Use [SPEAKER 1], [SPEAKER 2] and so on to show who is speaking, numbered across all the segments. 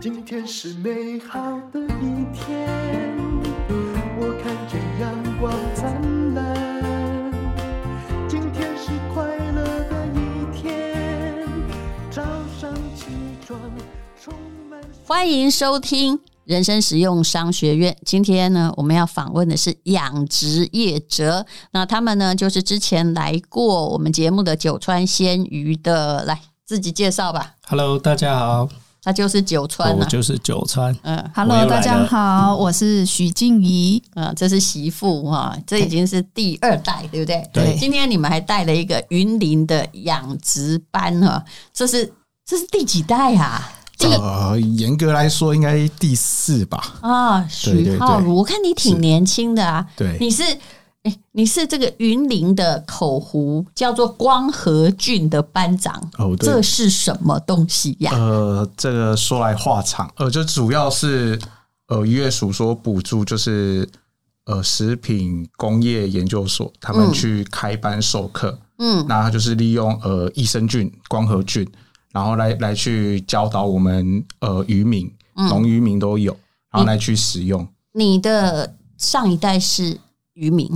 [SPEAKER 1] 今天是美好的一天，我看见阳光灿烂。今天是快乐的一天，早上起床充满。
[SPEAKER 2] 欢迎收听人生实用商学院。今天呢，我们要访问的是养殖业者，那他们呢，就是之前来过我们节目的九川鲜鱼的，来自己介绍吧。
[SPEAKER 3] Hello，大家好，
[SPEAKER 2] 他就是九川
[SPEAKER 4] 啊
[SPEAKER 3] 我
[SPEAKER 2] 呢、
[SPEAKER 3] 哦就是九川。
[SPEAKER 2] 嗯
[SPEAKER 3] 我
[SPEAKER 4] Hello，
[SPEAKER 3] 又来
[SPEAKER 4] 大
[SPEAKER 3] 了
[SPEAKER 4] 家好，我是许静怡。
[SPEAKER 2] 嗯，这是媳妇哈，这已经是第二代，对不对？
[SPEAKER 3] 对
[SPEAKER 2] 今天你们还带了一个云林的养殖班哈，这是这是第几代啊？第
[SPEAKER 5] 呃，严格来说应该第四吧。
[SPEAKER 2] 啊，
[SPEAKER 5] 对
[SPEAKER 2] 许
[SPEAKER 5] 对
[SPEAKER 2] 浩如，
[SPEAKER 5] 对
[SPEAKER 2] 我看你挺
[SPEAKER 5] 是
[SPEAKER 2] 年轻的啊，
[SPEAKER 5] 对
[SPEAKER 2] 你是哎，你是这个云林的口湖叫做光和郡的班长，
[SPEAKER 5] 哦对
[SPEAKER 2] 这是什么东西呀、
[SPEAKER 5] 呃，这个说来话长，呃，就主要是呃渔业署说补助，就是呃食品工业研究所他们去开班授课，
[SPEAKER 2] 嗯，
[SPEAKER 5] 那他就是利用呃益生菌、光合菌，然后来来去教导我们呃渔民、
[SPEAKER 2] 嗯
[SPEAKER 5] 农渔民都有，然后来去使用。
[SPEAKER 2] 你的上一代是渔民，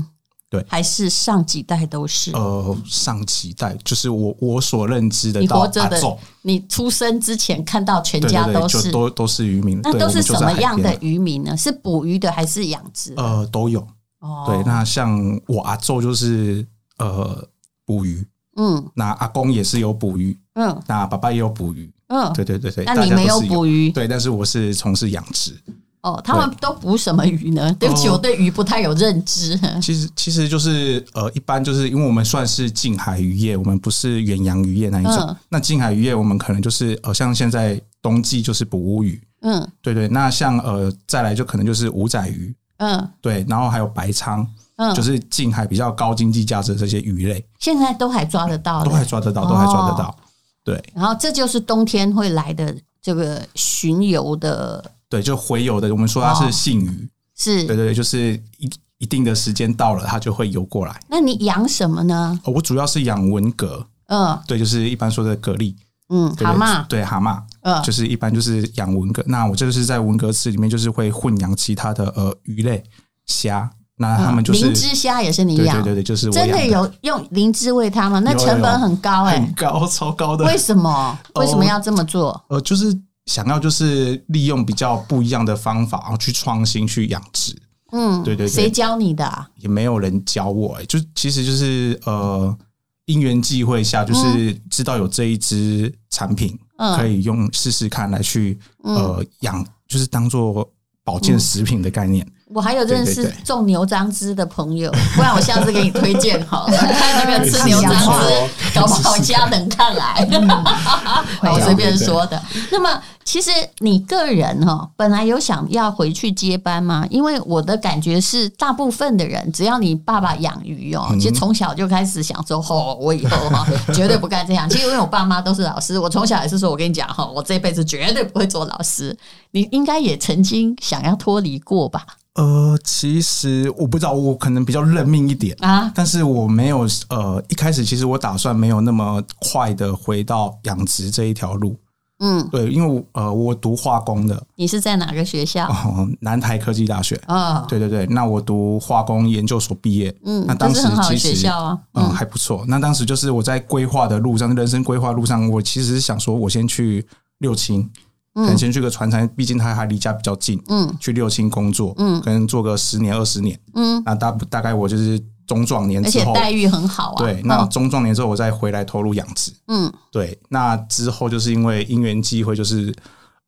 [SPEAKER 5] 对
[SPEAKER 2] 还是上几代都是？
[SPEAKER 5] 呃，上几代就是我我所认知的
[SPEAKER 2] 你
[SPEAKER 5] 到
[SPEAKER 2] 活着
[SPEAKER 5] 阿
[SPEAKER 2] 的
[SPEAKER 5] 昼，，
[SPEAKER 2] 你出生之前看到全
[SPEAKER 5] 对
[SPEAKER 2] 家
[SPEAKER 5] 对对，
[SPEAKER 2] 都是
[SPEAKER 5] 就，都都是渔民，
[SPEAKER 2] 那
[SPEAKER 5] 对
[SPEAKER 2] 都
[SPEAKER 5] 我
[SPEAKER 2] 是
[SPEAKER 5] 们就
[SPEAKER 2] 什
[SPEAKER 5] 在
[SPEAKER 2] 么
[SPEAKER 5] 海
[SPEAKER 2] 样
[SPEAKER 5] 边
[SPEAKER 2] 的渔民呢？是捕鱼的还是养殖？
[SPEAKER 5] 呃，都有。
[SPEAKER 2] 哦
[SPEAKER 5] 对，那像我阿昼就是呃捕鱼，
[SPEAKER 2] 嗯
[SPEAKER 5] 那阿公也是有捕鱼，
[SPEAKER 2] 嗯
[SPEAKER 5] 那爸爸也有捕鱼。
[SPEAKER 2] 嗯，
[SPEAKER 5] 对对对对，
[SPEAKER 2] 那
[SPEAKER 5] 大
[SPEAKER 2] 你
[SPEAKER 5] 家
[SPEAKER 2] 没
[SPEAKER 5] 都
[SPEAKER 2] 有
[SPEAKER 5] 是
[SPEAKER 2] 捕鱼？
[SPEAKER 5] 对，但是我是从事养殖，
[SPEAKER 2] 哦，他们都捕什么鱼呢？对不起，
[SPEAKER 5] 哦
[SPEAKER 2] 我对鱼不太有认知。
[SPEAKER 5] 其实其实就是呃，一般就是因为我们算是近海渔业，我们不是远洋渔业那一种。
[SPEAKER 2] 嗯
[SPEAKER 5] 那近海渔业我们可能就是呃，像现在冬季就是捕乌鱼，
[SPEAKER 2] 嗯
[SPEAKER 5] 对对。那像呃，再来就可能就是五仔鱼，
[SPEAKER 2] 嗯
[SPEAKER 5] 对，然后还有白鲳，
[SPEAKER 2] 嗯，
[SPEAKER 5] 就是近海比较高经济价值的这些鱼类，
[SPEAKER 2] 现在都还抓得到的哦
[SPEAKER 5] 都还抓得到，都还抓得到。对，
[SPEAKER 2] 然后这就是冬天会来的这个巡游的，
[SPEAKER 5] 对，就洄游的，我们说它
[SPEAKER 2] 哦
[SPEAKER 5] 是信鱼，
[SPEAKER 2] 是
[SPEAKER 5] 对对对，就是一一定的时间到了，它就会游过来。
[SPEAKER 2] 那你养什么呢？
[SPEAKER 5] 哦，我主要是养文蛤，
[SPEAKER 2] 嗯
[SPEAKER 5] 对，就是一般说的蛤蜊，
[SPEAKER 2] 嗯，
[SPEAKER 5] 对
[SPEAKER 2] 蛤蟆，
[SPEAKER 5] 对蛤蟆，
[SPEAKER 2] 嗯
[SPEAKER 5] 就是一般就是养文蛤。那我这就是在文蛤池里面，就是会混养其他的呃鱼类、虾，那他们就
[SPEAKER 2] 嗯
[SPEAKER 5] 是、
[SPEAKER 2] 哦灵芝虾也是你
[SPEAKER 5] 对
[SPEAKER 2] 养，
[SPEAKER 5] 对对对，就是我
[SPEAKER 2] 真
[SPEAKER 5] 养
[SPEAKER 2] 的有用灵芝喂它吗？那
[SPEAKER 5] 有有
[SPEAKER 2] 成本
[SPEAKER 5] 有
[SPEAKER 2] 很高哎、
[SPEAKER 5] 很高超高的，
[SPEAKER 2] 为什么？
[SPEAKER 5] 哦
[SPEAKER 2] 为什么要这么做？
[SPEAKER 5] 呃，就是想要就是利用比较不一样的方法，然后去创新去养殖。
[SPEAKER 2] 嗯，
[SPEAKER 5] 对对对
[SPEAKER 2] 谁教你的、啊？
[SPEAKER 5] 也没有人教我、欸，就其实就是呃因缘际会下，就是知道有这一支产品，
[SPEAKER 2] 嗯
[SPEAKER 5] 可以用试试看来去呃养，就是当做保
[SPEAKER 2] 嗯
[SPEAKER 5] 健食品的概念。
[SPEAKER 2] 我还有认
[SPEAKER 5] 对
[SPEAKER 2] 识
[SPEAKER 5] 对对
[SPEAKER 2] 种牛樟芝的朋友，不然我下次给你推荐好了，看有没有吃牛樟
[SPEAKER 4] 是
[SPEAKER 5] 啊
[SPEAKER 3] 哦
[SPEAKER 2] 芝，搞不好家人看来。
[SPEAKER 4] 会
[SPEAKER 2] 我
[SPEAKER 4] 啊
[SPEAKER 2] 随便说的。那么，其实你个人哈、哦本来有想要回去接班吗？因为我的感觉是，大部分的人，只要你爸爸养鱼
[SPEAKER 5] 嗯
[SPEAKER 2] 哦，其实从小就开始想说，哦，我以后 哈、绝对不干这样。其实因为我爸妈都是老师，我从小也是说，我跟你讲哈、我这辈子绝对不会做老师。你应该也曾经想要脱离过吧？
[SPEAKER 5] 呃，其实我不知道，我可能比较认命一点，
[SPEAKER 2] 啊，
[SPEAKER 5] 但是我没有呃一开始其实我打算没有那么快的回到养殖这一条路。
[SPEAKER 2] 嗯，
[SPEAKER 5] 对，因为我呃我读化工的，
[SPEAKER 2] 你是在哪个学校？
[SPEAKER 5] 哦、南台科技大学。
[SPEAKER 2] 啊、
[SPEAKER 5] 哦对对对，那我读化工研究所毕业，
[SPEAKER 2] 嗯
[SPEAKER 5] 那当
[SPEAKER 2] 这
[SPEAKER 5] 时
[SPEAKER 2] 是很好的
[SPEAKER 5] 其
[SPEAKER 2] 学
[SPEAKER 5] 实
[SPEAKER 2] 校啊
[SPEAKER 5] 嗯，
[SPEAKER 2] 嗯
[SPEAKER 5] 还不错。那当时就是我在规划的路上，人生规划路上，我其实是想说，我先去六轻，可能先去个船厂，毕竟它还离家比较近，
[SPEAKER 2] 嗯
[SPEAKER 5] 去六轻工作，嗯，可能做个十年二十年，
[SPEAKER 2] 嗯，
[SPEAKER 5] 那大大概我就是中壮年
[SPEAKER 2] 而
[SPEAKER 5] 之
[SPEAKER 2] 且
[SPEAKER 5] 后，
[SPEAKER 2] 待遇很好啊。
[SPEAKER 5] 对，那
[SPEAKER 2] 嗯
[SPEAKER 5] 中壮年之后我再回来投入养殖，
[SPEAKER 2] 嗯
[SPEAKER 5] 对，那之后就是因为因缘际会，就是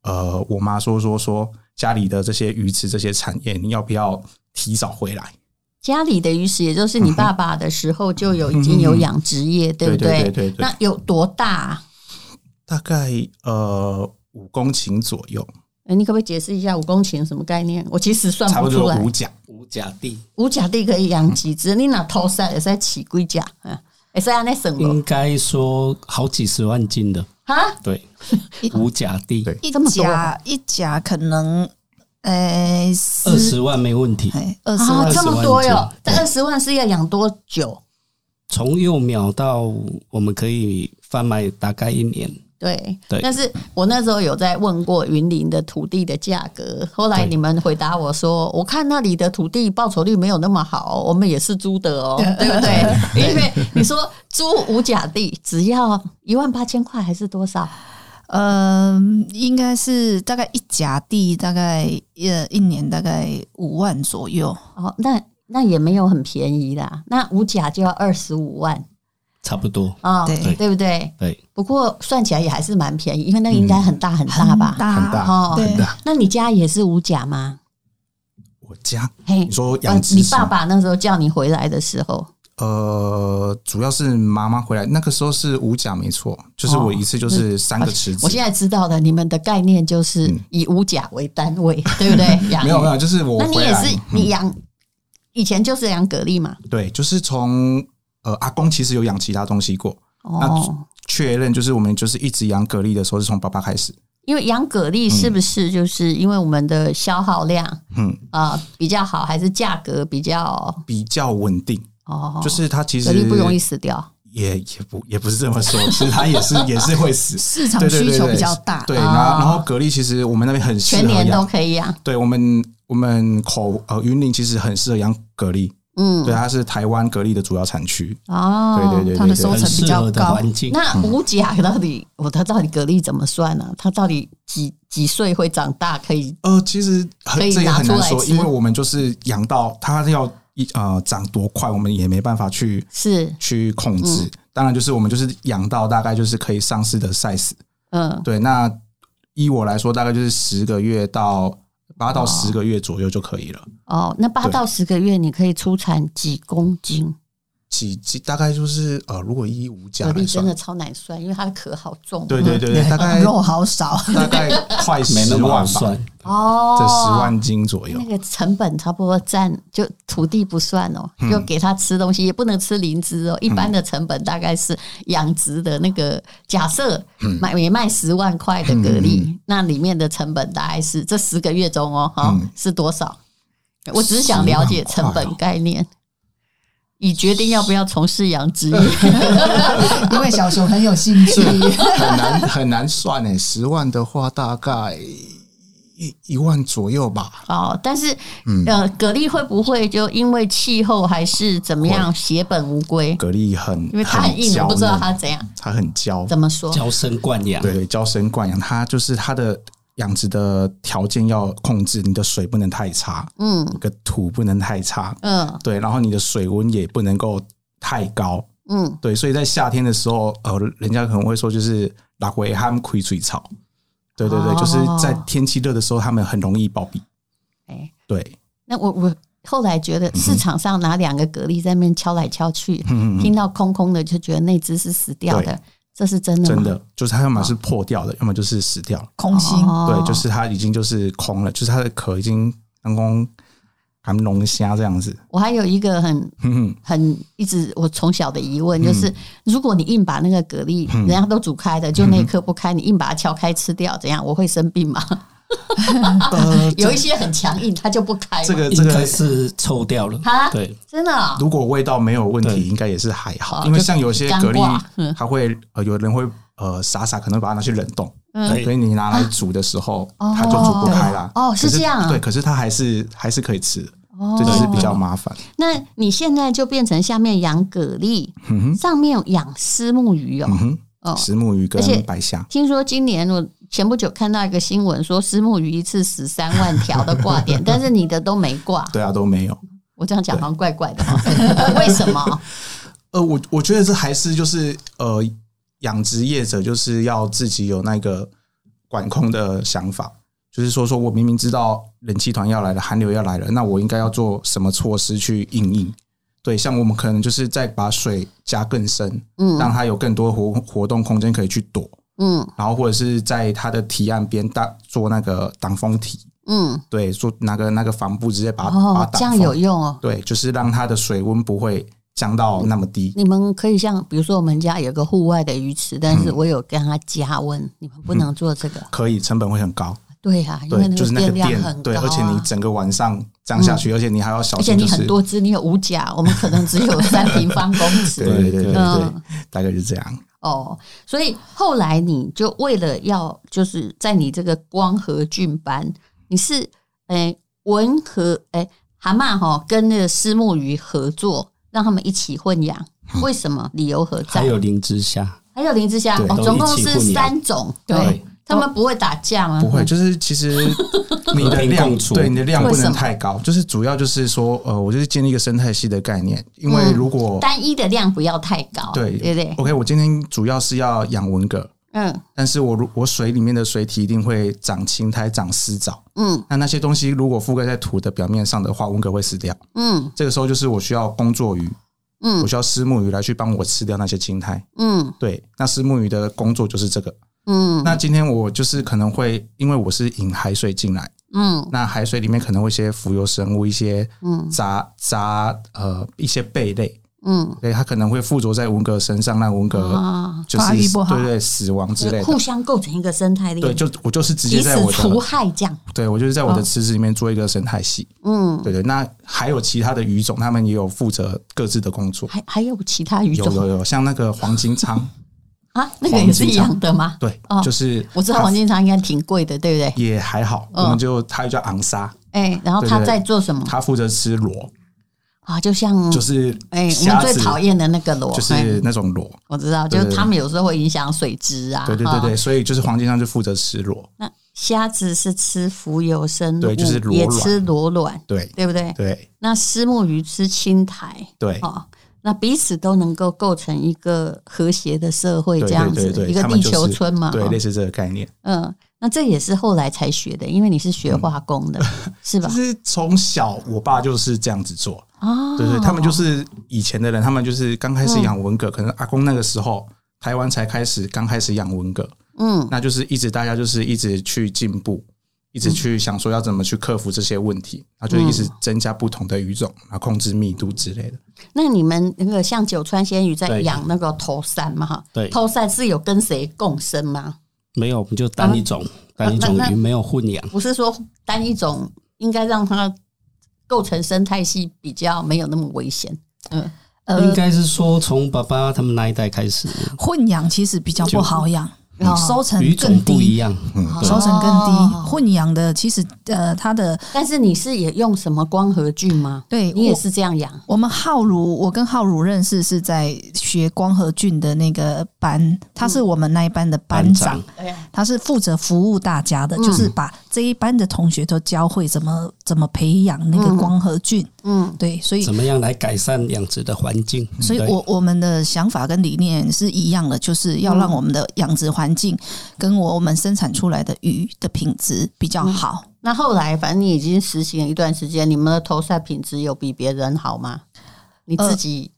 [SPEAKER 5] 呃，我妈说说说家里的这些鱼池这些产业，你要不要提早回来？
[SPEAKER 2] 家里的鱼池，也就是
[SPEAKER 5] 嗯
[SPEAKER 2] 你爸爸的时候就有已经有养殖业，对不
[SPEAKER 5] 对对对对对
[SPEAKER 2] 那有多大啊？
[SPEAKER 5] 大概呃五公顷左右，
[SPEAKER 2] 呃你可不可以解释一下五公顷什么概念？我其实算
[SPEAKER 5] 差不
[SPEAKER 2] 哦出
[SPEAKER 5] 多
[SPEAKER 2] 来
[SPEAKER 5] 五。甲。
[SPEAKER 3] 五甲地
[SPEAKER 2] 五甲地可以养几只？你拿头塞也在起龟甲，嗯，也是按那省
[SPEAKER 3] 应
[SPEAKER 5] 嗯
[SPEAKER 2] 了
[SPEAKER 3] 该说好几十万斤的，
[SPEAKER 2] 啊。
[SPEAKER 3] 对， 五甲地
[SPEAKER 5] 对
[SPEAKER 4] 一
[SPEAKER 2] 这么多啊
[SPEAKER 4] 甲一甲可能，呃，四
[SPEAKER 3] 二十万没问题。
[SPEAKER 4] 哎二十
[SPEAKER 2] 啊，
[SPEAKER 4] 万
[SPEAKER 3] 20
[SPEAKER 2] 这么多哟
[SPEAKER 3] 万！只
[SPEAKER 2] 这二十万是要养多久？
[SPEAKER 3] 从幼苗到我们可以贩卖大概一年，
[SPEAKER 2] 对，
[SPEAKER 3] 对
[SPEAKER 2] 但是我那时候有在问过云林的土地的价格，后来
[SPEAKER 3] 对
[SPEAKER 2] 你们回答我说，我看那里的土地报酬率没有那么好哦，我们也是租的哦，对不对？因为你说租无甲地只要一万八千块还是多少？
[SPEAKER 4] 嗯，应该是大概一甲地，大概呃一年大概五万左右。
[SPEAKER 2] 哦，那那也没有很便宜啦，那无甲就要二十五万
[SPEAKER 3] 差不多。
[SPEAKER 2] 啊，
[SPEAKER 4] 对
[SPEAKER 2] 对不对？
[SPEAKER 3] 对，
[SPEAKER 2] 不过算起来也还是蛮便宜，因为那个应该很大很大吧？
[SPEAKER 4] 嗯大
[SPEAKER 5] 很大
[SPEAKER 2] 哦，
[SPEAKER 4] 对
[SPEAKER 5] 很大。
[SPEAKER 2] 那你家也是无甲吗？
[SPEAKER 5] 我家
[SPEAKER 2] 嘿，
[SPEAKER 5] 你说
[SPEAKER 2] 呃
[SPEAKER 5] 养殖
[SPEAKER 2] 你
[SPEAKER 5] 什
[SPEAKER 2] 爸
[SPEAKER 5] 么
[SPEAKER 2] 爸那时候叫你回来的时候，
[SPEAKER 5] 呃，主要是妈妈回来，那个时候是五甲没错，就是我一次就是三个池
[SPEAKER 2] 嗯
[SPEAKER 5] 子，
[SPEAKER 2] 我现在知道了，你们的概念就是以五甲为单位， 对不对？养
[SPEAKER 5] 嗯 没有没有，，就是我
[SPEAKER 2] 那你
[SPEAKER 5] 回
[SPEAKER 2] 也
[SPEAKER 5] 来嗯
[SPEAKER 2] 是，你养以前就是养蛤蜊嘛？
[SPEAKER 5] 对，就是从呃阿公其实有养其他东西过，
[SPEAKER 2] 哦，
[SPEAKER 5] 确认就是我们就是一直养蛤蜊的时候是从爸爸开始，
[SPEAKER 2] 因为养蛤蜊是不是就是因为我们的消耗量
[SPEAKER 5] 嗯，
[SPEAKER 2] 啊、比较好，还是价格比较
[SPEAKER 5] 比较稳定，
[SPEAKER 2] 哦？
[SPEAKER 5] 就是它其实
[SPEAKER 2] 蛤蜊不容易死掉。
[SPEAKER 5] 也也不也不是这么说， 其实它也是也是会 死，
[SPEAKER 4] 市场
[SPEAKER 5] 对对对
[SPEAKER 4] 需求
[SPEAKER 5] 对
[SPEAKER 4] 比较大，
[SPEAKER 5] 对，
[SPEAKER 2] 啊
[SPEAKER 5] 然后然后蛤蜊其实我们那边很适
[SPEAKER 2] 全
[SPEAKER 5] 合
[SPEAKER 2] 年都
[SPEAKER 5] 养，
[SPEAKER 2] 可以养，
[SPEAKER 5] 对我们我们口呃云林其实很适合养蛤蜊，
[SPEAKER 2] 嗯
[SPEAKER 5] 对，，它是台湾蛤蜊的主要产区，
[SPEAKER 2] 哦，
[SPEAKER 5] 对对对
[SPEAKER 4] 它
[SPEAKER 5] 对
[SPEAKER 4] 的
[SPEAKER 5] 对
[SPEAKER 4] 收
[SPEAKER 3] 很
[SPEAKER 4] 成比
[SPEAKER 3] 适嗯
[SPEAKER 4] 较
[SPEAKER 3] 合的
[SPEAKER 4] 高。
[SPEAKER 3] 环境，
[SPEAKER 2] 那五甲到底，我它到底蛤蜊怎么算呢、它到底几几岁会长大？可以
[SPEAKER 5] 呃，其实很
[SPEAKER 2] 可以
[SPEAKER 5] 这也
[SPEAKER 2] 拿
[SPEAKER 5] 很
[SPEAKER 2] 出
[SPEAKER 5] 难
[SPEAKER 2] 来
[SPEAKER 5] 说，
[SPEAKER 2] 吃
[SPEAKER 5] 因为我们就是养到它要一呃长多快，我们也没办法去
[SPEAKER 2] 是
[SPEAKER 5] 去控制。
[SPEAKER 2] 嗯
[SPEAKER 5] 当然，就是我们就是养到大概就是可以上市的 size。
[SPEAKER 2] 嗯，
[SPEAKER 5] 对，那依我来说，大概就是十个月到八
[SPEAKER 2] 啊
[SPEAKER 5] 到十个月左右就可以了。
[SPEAKER 2] 哦，那八
[SPEAKER 5] 对
[SPEAKER 2] 到十个月你可以出产几公斤？
[SPEAKER 5] 几几大概就是呃，如果一五
[SPEAKER 2] 蛤
[SPEAKER 5] 加来
[SPEAKER 2] 蜊真
[SPEAKER 5] 算
[SPEAKER 2] 的，啊超难算，因为它的壳好重。嗯
[SPEAKER 5] 对对对对，大概
[SPEAKER 4] 肉好少，
[SPEAKER 5] 大概快
[SPEAKER 3] 没
[SPEAKER 5] 十
[SPEAKER 3] 那么好
[SPEAKER 5] 万吧，
[SPEAKER 3] 算。
[SPEAKER 2] 哦，
[SPEAKER 5] 这十万斤左右
[SPEAKER 2] 那。个成本差不多占就土地不算哦，就给它吃东西也不能吃灵芝哦。一般的成本大概是养殖的那个，假设买每卖十万块的蛤蜊，那里面的成本大概是这十个月中哦，哈
[SPEAKER 5] 嗯
[SPEAKER 2] 是多少？我只是想了解成本概念，以决定要不要从事养殖业。
[SPEAKER 4] 因为小熊很有兴趣。
[SPEAKER 5] 很难很难算诶，十万的话大概一一万左右吧。
[SPEAKER 2] 哦，但是呃，蛤蜊会不会就因为气候还是怎么样血本无归？
[SPEAKER 5] 蛤蜊很，
[SPEAKER 2] 因为它很硬，
[SPEAKER 5] 娇
[SPEAKER 2] 我不知道
[SPEAKER 5] 嫩
[SPEAKER 2] 它怎样
[SPEAKER 5] 它很娇，
[SPEAKER 2] 怎么说。
[SPEAKER 3] 娇生惯养，
[SPEAKER 5] 对对，娇生惯养，它就是它的养殖的条件要控制，你的水不能太差，
[SPEAKER 2] 嗯
[SPEAKER 5] 你的土不能太差，
[SPEAKER 2] 嗯
[SPEAKER 5] 对，然后你的水温也不能够太高，
[SPEAKER 2] 嗯，
[SPEAKER 5] 对，所以在夏天的时候，呃，人家可能会说就是拉回他们亏水草，对对对，
[SPEAKER 2] 哦
[SPEAKER 5] 就是在天气热的时候，他们很容易暴毙，
[SPEAKER 2] 哎，
[SPEAKER 5] 对，
[SPEAKER 2] 那我我后来觉得市场上拿两个蛤蜊在那边敲来敲去，
[SPEAKER 5] 嗯嗯嗯
[SPEAKER 2] 听到空空的就觉得那只是死掉的
[SPEAKER 5] 对，
[SPEAKER 2] 这是真的吗？
[SPEAKER 3] 嗯
[SPEAKER 5] 真的就是它要么是破掉的，要么就是死掉了，
[SPEAKER 4] 空心，
[SPEAKER 2] 哦
[SPEAKER 5] 对，就是它已经就是空了，就是它的壳已经当空，含龙虾这样子，
[SPEAKER 2] 我还有一个很
[SPEAKER 5] 哼哼。
[SPEAKER 2] 很一直我从小的疑问就是，
[SPEAKER 5] 嗯
[SPEAKER 2] 如果你硬把那个蛤蜊，人家都煮开的，就
[SPEAKER 5] 嗯
[SPEAKER 2] 那一颗不开，你硬把它敲开吃掉，怎样？我会生病吗？
[SPEAKER 5] 呃，
[SPEAKER 2] 有一些很强硬，它就不开嘛。
[SPEAKER 5] 这个这
[SPEAKER 3] 应该
[SPEAKER 5] 个，
[SPEAKER 3] 是臭掉了
[SPEAKER 2] 啊。
[SPEAKER 3] 对，
[SPEAKER 2] 真的哦
[SPEAKER 5] 如果味道没有问
[SPEAKER 3] 对
[SPEAKER 5] 题，应该也是还好，
[SPEAKER 2] 哦
[SPEAKER 5] 因为
[SPEAKER 2] 就
[SPEAKER 5] 像有些
[SPEAKER 2] 干
[SPEAKER 5] 蛤蜊
[SPEAKER 2] 挂嗯，
[SPEAKER 5] 它会呃，有人会呃傻傻可能把它拿去冷冻，
[SPEAKER 2] 嗯
[SPEAKER 5] 所以你拿来煮的时候，
[SPEAKER 2] 啊
[SPEAKER 5] 它就煮不开啦。
[SPEAKER 2] 哦哦
[SPEAKER 5] 可是
[SPEAKER 2] 是这样啊
[SPEAKER 5] 对，可是它还是还是可以吃的，
[SPEAKER 2] 哦
[SPEAKER 5] 这就是比较麻烦。
[SPEAKER 2] 那你现在就变成下面养蛤蜊，
[SPEAKER 5] 嗯
[SPEAKER 2] 上面养虱目鱼哦。
[SPEAKER 5] 哼，
[SPEAKER 2] 哦
[SPEAKER 5] 嗯，石目鱼跟
[SPEAKER 2] 而且
[SPEAKER 5] 白虾，
[SPEAKER 2] 听说今年我前不久看到一个新闻，说虱目鱼一次死三万条的挂 点，但是你的都没挂。
[SPEAKER 5] 对啊，都没有。
[SPEAKER 2] 我这样讲好像怪怪的哦， 为什 么？
[SPEAKER 5] 呃，我我觉得这还是就是呃，养殖业者就是要自己有那个管控的想法，就是说，说我明明知道冷气团要来了，寒流要来了，那我应该要做什么措施去应应？对，像我们可能就是再把水加更深，
[SPEAKER 2] 嗯
[SPEAKER 5] 让它有更多活活动空间可以去躲，
[SPEAKER 2] 嗯
[SPEAKER 5] 然后或者是在它的堤岸边搭做那个挡风堤，
[SPEAKER 2] 嗯，
[SPEAKER 5] 对，做那个那个帆布直接把它、把
[SPEAKER 2] 哦，
[SPEAKER 5] 它
[SPEAKER 2] 这
[SPEAKER 5] 挡
[SPEAKER 2] 样有
[SPEAKER 5] 风，
[SPEAKER 2] 用哦。
[SPEAKER 5] 对，就是让它的水温不会降到那么低。
[SPEAKER 2] 你们可以像，比如说我们家有
[SPEAKER 5] 嗯
[SPEAKER 2] 个户外的鱼池，但是我有跟它加温，你们不能做这个，
[SPEAKER 5] 可以，成本会很高。
[SPEAKER 2] 对呀、啊因为
[SPEAKER 5] 嗯对，
[SPEAKER 2] 那
[SPEAKER 5] 就是
[SPEAKER 2] 个
[SPEAKER 5] 那个
[SPEAKER 2] 量
[SPEAKER 5] 电，
[SPEAKER 2] 很高、
[SPEAKER 5] 对，
[SPEAKER 2] 啊，嗯
[SPEAKER 5] 而且你整个晚上这样下去，而且你还要小
[SPEAKER 2] 而且
[SPEAKER 5] 心，就
[SPEAKER 2] 你
[SPEAKER 5] 是
[SPEAKER 2] 很多只，你有五甲，我们可能只有三平方公尺。
[SPEAKER 5] 对对对对对
[SPEAKER 2] 嗯，
[SPEAKER 5] 大概是这样。
[SPEAKER 2] 哦，所以后来你就为了要，就是在你这个光合菌斑，你是诶、文和诶、蛤蟆哈、跟那个丝木鱼合作，让他们一起混养，为什么？理由何在
[SPEAKER 3] 嗯还？有灵芝虾，
[SPEAKER 2] 还有林之霞
[SPEAKER 5] 对
[SPEAKER 2] 哦，
[SPEAKER 3] 都
[SPEAKER 2] 总共
[SPEAKER 3] 一起
[SPEAKER 2] 是
[SPEAKER 3] 混养
[SPEAKER 2] 三种，
[SPEAKER 4] 对
[SPEAKER 2] 对，嗯他们不会打架吗？
[SPEAKER 5] 哎不会，就是 其实你的
[SPEAKER 3] 和平
[SPEAKER 5] 量
[SPEAKER 3] 共，处
[SPEAKER 5] 对你的量
[SPEAKER 2] 为
[SPEAKER 5] 不
[SPEAKER 2] 什
[SPEAKER 5] 能
[SPEAKER 2] 么
[SPEAKER 5] 太高，就是主要就是说，呃，我就是建立一个生态系的概念，因为
[SPEAKER 2] 嗯
[SPEAKER 5] 如果
[SPEAKER 2] 单一的量不要太高，
[SPEAKER 5] 对
[SPEAKER 2] 对不对？
[SPEAKER 5] OK，我今天主要是要养文蛤，
[SPEAKER 2] 嗯
[SPEAKER 5] 但是我如我水里面的水体一定会长青苔、长丝藻，
[SPEAKER 2] 嗯
[SPEAKER 5] 那那些东西如果覆盖在土的表面上的话，文蛤会死掉。
[SPEAKER 2] 嗯
[SPEAKER 5] 这个时候就是我需要工作鱼，我
[SPEAKER 2] 嗯
[SPEAKER 5] 需要丝木鱼来去帮我吃掉那些青苔。
[SPEAKER 2] 嗯
[SPEAKER 5] 对，那丝木鱼的工作就是这个。
[SPEAKER 2] 嗯
[SPEAKER 5] 那今天我就是可能会，因为我是引海水进来，
[SPEAKER 2] 嗯
[SPEAKER 5] 那海水里面可能会一些浮游生物、一些
[SPEAKER 2] 嗯
[SPEAKER 5] 杂杂呃一些贝类，
[SPEAKER 2] 嗯
[SPEAKER 5] 对，它可能会附着在文革身上，让文革
[SPEAKER 2] 啊，
[SPEAKER 5] 就是
[SPEAKER 4] 发育不好
[SPEAKER 5] 对对死亡之类
[SPEAKER 2] 互
[SPEAKER 5] 的。
[SPEAKER 2] 相构成一个生态链，
[SPEAKER 5] 对，就我就是直接
[SPEAKER 2] 彼
[SPEAKER 5] 在
[SPEAKER 2] 此
[SPEAKER 5] 我
[SPEAKER 2] 除哦
[SPEAKER 5] 的，
[SPEAKER 2] 害这样。
[SPEAKER 5] 对我就是在我的池子里面做一个生态系。
[SPEAKER 2] 嗯，
[SPEAKER 5] 对对，那还有其他的鱼种，他们也有负责各自的工作。
[SPEAKER 2] 还还有其他鱼
[SPEAKER 5] 有有
[SPEAKER 2] 种
[SPEAKER 5] 有，像那个黄 金仓，
[SPEAKER 2] 啊？那个也是一样的吗？
[SPEAKER 5] 对
[SPEAKER 2] 哦，
[SPEAKER 5] 就是
[SPEAKER 2] 我知道黄金仓应该挺贵的，对不对？
[SPEAKER 5] 也还好，
[SPEAKER 2] 嗯
[SPEAKER 5] 我们就它叫昂沙，
[SPEAKER 2] 哎，然后
[SPEAKER 5] 啊对
[SPEAKER 2] 他
[SPEAKER 5] 对对
[SPEAKER 2] 在做什么
[SPEAKER 5] 它负责吃螺，
[SPEAKER 2] 啊？就像
[SPEAKER 5] 就是
[SPEAKER 2] 哎，我
[SPEAKER 5] 虾
[SPEAKER 2] 们
[SPEAKER 5] 子
[SPEAKER 2] 最讨厌的那个螺，
[SPEAKER 5] 就是
[SPEAKER 2] 哎
[SPEAKER 5] 那种螺，
[SPEAKER 2] 我知道，就
[SPEAKER 5] 对对
[SPEAKER 2] 是
[SPEAKER 5] 对
[SPEAKER 2] 他们有时候会影响水质啊。
[SPEAKER 5] 对对对
[SPEAKER 2] 哈
[SPEAKER 5] 对，所以就是黄金仓就负责吃螺，
[SPEAKER 2] 那虾子是吃浮游生物，
[SPEAKER 5] 对就是螺
[SPEAKER 2] 也
[SPEAKER 5] 卵
[SPEAKER 2] 吃螺卵，
[SPEAKER 5] 对
[SPEAKER 2] 对不对？
[SPEAKER 5] 对
[SPEAKER 2] 那丝木鱼吃青苔，
[SPEAKER 5] 对
[SPEAKER 2] 哦，那彼此都能够构成一个和谐的社会，
[SPEAKER 5] 对
[SPEAKER 2] 这样
[SPEAKER 5] 对
[SPEAKER 2] 子
[SPEAKER 5] 对对，
[SPEAKER 2] 一个
[SPEAKER 5] 他们
[SPEAKER 2] 地
[SPEAKER 5] 就是
[SPEAKER 2] 球村嘛。
[SPEAKER 5] 对，
[SPEAKER 2] 哦
[SPEAKER 5] 类似这个概念，
[SPEAKER 2] 嗯，那这也是后来才学的，因为你是学化工 的，是吧
[SPEAKER 5] 嗯就？是从小我爸就是这样子做，
[SPEAKER 2] 啊，
[SPEAKER 5] 对对，他们就是以前的人，他们就是刚开
[SPEAKER 2] 嗯
[SPEAKER 5] 始养文蛤，可能阿公那个时候台湾才开始刚开始养文蛤，
[SPEAKER 2] 嗯
[SPEAKER 5] 那就是一直大家就是一直去进步，一直去想说要怎么去克服这些问题，然后就一直增加不同的鱼种，然后控制密度之类的。
[SPEAKER 2] 那你们那个像九川鲜鱼在
[SPEAKER 3] 对
[SPEAKER 2] 养那个头鳝嘛？哈，
[SPEAKER 3] 对
[SPEAKER 2] 头鳝是有跟谁共生吗？
[SPEAKER 3] 没有，我们就单一
[SPEAKER 4] 啊
[SPEAKER 3] 种，单一种
[SPEAKER 2] 那那
[SPEAKER 3] 鱼没有混养，
[SPEAKER 2] 不是说单一种应该让它构成生态系比较没有那么危险。嗯
[SPEAKER 3] 应
[SPEAKER 4] 呃，
[SPEAKER 3] 该是说从爸爸他们那一代开始，
[SPEAKER 4] 混养其实比较不好养
[SPEAKER 2] 就，
[SPEAKER 4] 收成
[SPEAKER 3] 鱼种
[SPEAKER 4] 嗯更
[SPEAKER 3] 不一
[SPEAKER 4] 低，
[SPEAKER 3] 样，
[SPEAKER 5] 嗯
[SPEAKER 2] 对
[SPEAKER 4] 收成更低
[SPEAKER 2] 哦。
[SPEAKER 4] 混养的其实呃，它的
[SPEAKER 2] 但是你是也用什么光合菌吗？
[SPEAKER 4] 对
[SPEAKER 2] 你也
[SPEAKER 4] 我
[SPEAKER 2] 是这样养
[SPEAKER 4] 我们浩如，我跟浩如认识是在学光合菌的那个班，他是我们那一班的班长，
[SPEAKER 3] 班
[SPEAKER 4] 他是负责服务大家
[SPEAKER 2] 嗯
[SPEAKER 4] 的，就是把这一班的同学都教会怎么怎么培养那个光合菌。
[SPEAKER 2] 嗯
[SPEAKER 4] 对，所以
[SPEAKER 3] 怎么样来改善养殖的环境？
[SPEAKER 4] 所以
[SPEAKER 3] 对
[SPEAKER 4] 我我们的想法跟理念是一样的，就是要让我们的养殖环境跟我们生产出来的鱼的品质比较好。
[SPEAKER 2] 那后来反正你已经实行了一段时间，你们的投赛品质有比别人好吗？你自己、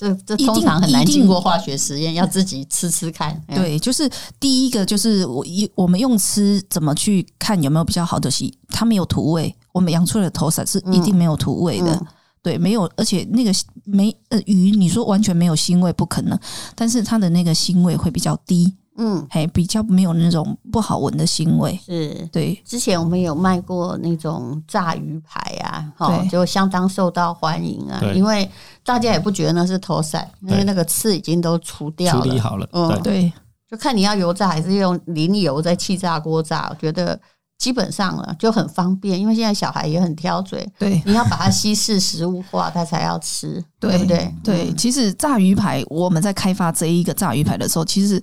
[SPEAKER 2] 这这
[SPEAKER 4] 呃一定
[SPEAKER 2] 通常很难
[SPEAKER 4] 一定
[SPEAKER 2] 经过化学实验，要自己吃吃看。嗯，
[SPEAKER 4] 对，就是第一个就是我一我们用吃怎么去看有没有比较好的洗，它没有土味，我们养出来的头伞是一定没有土味的。
[SPEAKER 2] 嗯
[SPEAKER 4] 对，没有，而且那个没呃鱼，你说完全没有腥味不可能，但是它的那个腥味会比较低，
[SPEAKER 2] 嗯，
[SPEAKER 4] 嘿，比较没有那种不好闻的腥味。
[SPEAKER 2] 是。
[SPEAKER 4] 对，
[SPEAKER 2] 之前我们有卖过那种炸鱼排啊，哈，
[SPEAKER 4] 对
[SPEAKER 2] 就相当受到欢迎啊，
[SPEAKER 3] 对
[SPEAKER 2] 因为大家也不觉得那是头鳝，因为
[SPEAKER 3] 对
[SPEAKER 2] 那个刺已经都除掉
[SPEAKER 3] 处
[SPEAKER 2] 了
[SPEAKER 3] 理，好了，
[SPEAKER 2] 嗯
[SPEAKER 3] 对，
[SPEAKER 4] 对，
[SPEAKER 2] 就看你要油炸还是用淋油在气炸锅炸，我觉得基本上了就很方便，因为现在小孩也很挑嘴，
[SPEAKER 4] 对，
[SPEAKER 2] 你要把它稀释食物化，他才要吃，
[SPEAKER 4] 对
[SPEAKER 2] 对不对？
[SPEAKER 4] 对，其实炸鱼排，我们在开发这一个炸鱼排的时候，其实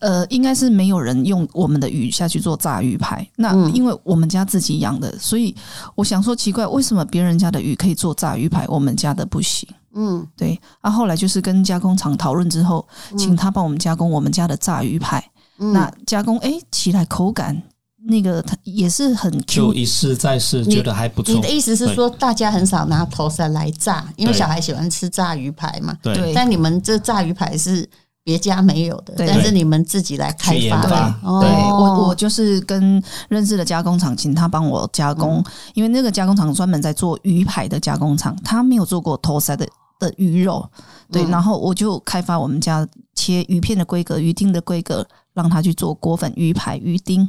[SPEAKER 4] 呃，应该是没有人用我们的鱼下去做炸鱼排。那
[SPEAKER 2] 嗯
[SPEAKER 4] 因为我们家自己养的，所以我想说奇怪，为什么别人家的鱼可以做炸鱼排，我们家的不行？
[SPEAKER 2] 嗯
[SPEAKER 4] 对，啊，后来就是跟加工厂讨论之后，请他帮我们加工我们家的炸鱼排。
[SPEAKER 2] 嗯，
[SPEAKER 4] 那加工哎，起来口感那个它也是很 Q
[SPEAKER 3] 就一试再试，觉得还不
[SPEAKER 2] 你
[SPEAKER 3] 错
[SPEAKER 2] 的，意思是说，大家很少拿头鳝来炸，因为
[SPEAKER 3] 对
[SPEAKER 2] 小孩喜欢吃炸鱼排嘛。
[SPEAKER 4] 对
[SPEAKER 3] 对，
[SPEAKER 2] 但你们这炸鱼排是别家没有的，
[SPEAKER 4] 对
[SPEAKER 2] 但是你们自己来开
[SPEAKER 3] 去研
[SPEAKER 2] 发的
[SPEAKER 3] 发。
[SPEAKER 2] 哦
[SPEAKER 4] 对我，我就是跟认识的加工厂，请他帮我加工，
[SPEAKER 2] 嗯
[SPEAKER 4] 因为那个加工厂专门在做鱼排的加工厂，他没有做过头塞的的鱼肉，对，
[SPEAKER 2] 嗯
[SPEAKER 4] 然后我就开发我们家切鱼片的规格、鱼丁的规格，让他去做锅粉鱼排、鱼丁，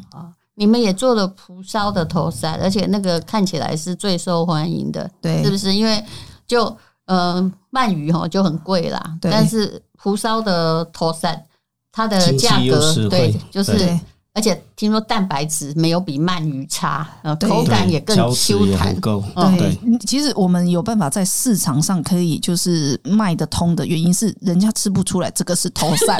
[SPEAKER 2] 你们也做了蒲烧的头塞，而且那个看起来是最受欢迎的，
[SPEAKER 4] 对
[SPEAKER 2] 是不是？因为就呃鳗鱼哈就很贵啦，
[SPEAKER 4] 对
[SPEAKER 2] 但是蒲烧的头塞它的
[SPEAKER 3] 经济
[SPEAKER 2] 价
[SPEAKER 3] 又实
[SPEAKER 2] 格
[SPEAKER 3] 惠
[SPEAKER 2] 对就是
[SPEAKER 3] 对。
[SPEAKER 2] 而且听说蛋白质没有比鳗鱼差，呃，
[SPEAKER 4] 对
[SPEAKER 2] 口感
[SPEAKER 3] 对
[SPEAKER 2] 也更
[SPEAKER 3] 胶质
[SPEAKER 2] Q
[SPEAKER 3] 也
[SPEAKER 2] 弹
[SPEAKER 3] 很，够，
[SPEAKER 2] 嗯
[SPEAKER 3] 对
[SPEAKER 4] 对，，嗯其实我们有办法在市场上可以就是卖得通的原因是，人家吃不出来这个是头散，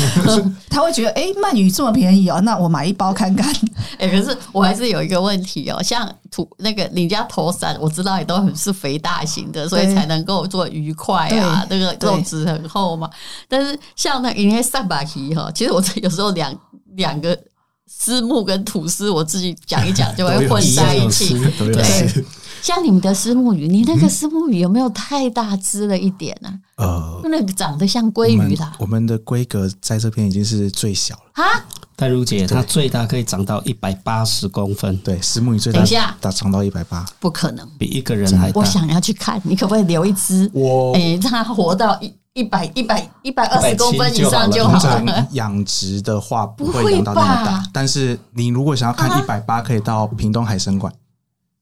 [SPEAKER 4] 他会觉得哎，诶鳗鱼这么便宜哦，那我买一包看看。
[SPEAKER 2] 哎、可是我还是有一个问题哦，像土那个你家头伞，我知道也都很是肥大型的，所以
[SPEAKER 4] 对
[SPEAKER 2] 才能够做愉快啊，那
[SPEAKER 4] 对
[SPEAKER 2] 个
[SPEAKER 4] 对
[SPEAKER 2] 肉质很厚嘛。但是像那应该三把皮哈，其实我这有时候两两个丝木跟吐司，我自己讲一讲就会混在一 起。
[SPEAKER 5] 对
[SPEAKER 2] 对，像你们的丝木鱼，你那
[SPEAKER 3] 嗯
[SPEAKER 2] 个丝木鱼有没有太大只了一点呢、
[SPEAKER 5] 呃，
[SPEAKER 2] 那个长得像鲑
[SPEAKER 5] 我
[SPEAKER 2] 鱼
[SPEAKER 5] 们
[SPEAKER 2] 啦
[SPEAKER 5] 我们的规格在这边已经是最小了。
[SPEAKER 2] 啊！
[SPEAKER 3] 戴茹姐她最大可以长到一百八十公分，
[SPEAKER 5] 对，石木鱼最大
[SPEAKER 2] 等一下
[SPEAKER 5] 达长到一百八。
[SPEAKER 2] 不可能，
[SPEAKER 3] 比一个人还大
[SPEAKER 2] 我。想要去看，你可不可以留一只？
[SPEAKER 5] 我
[SPEAKER 2] 哎、让它活到一一百一百一百二十
[SPEAKER 3] 170
[SPEAKER 2] 公分以上就
[SPEAKER 3] 就
[SPEAKER 2] 好
[SPEAKER 5] 通
[SPEAKER 2] 了。
[SPEAKER 5] 常养殖的话不
[SPEAKER 2] 不
[SPEAKER 5] 会
[SPEAKER 2] 会
[SPEAKER 5] 养到那么
[SPEAKER 2] 吧啊
[SPEAKER 5] 大，但是你如果想要看一百八，可以到屏东海参馆。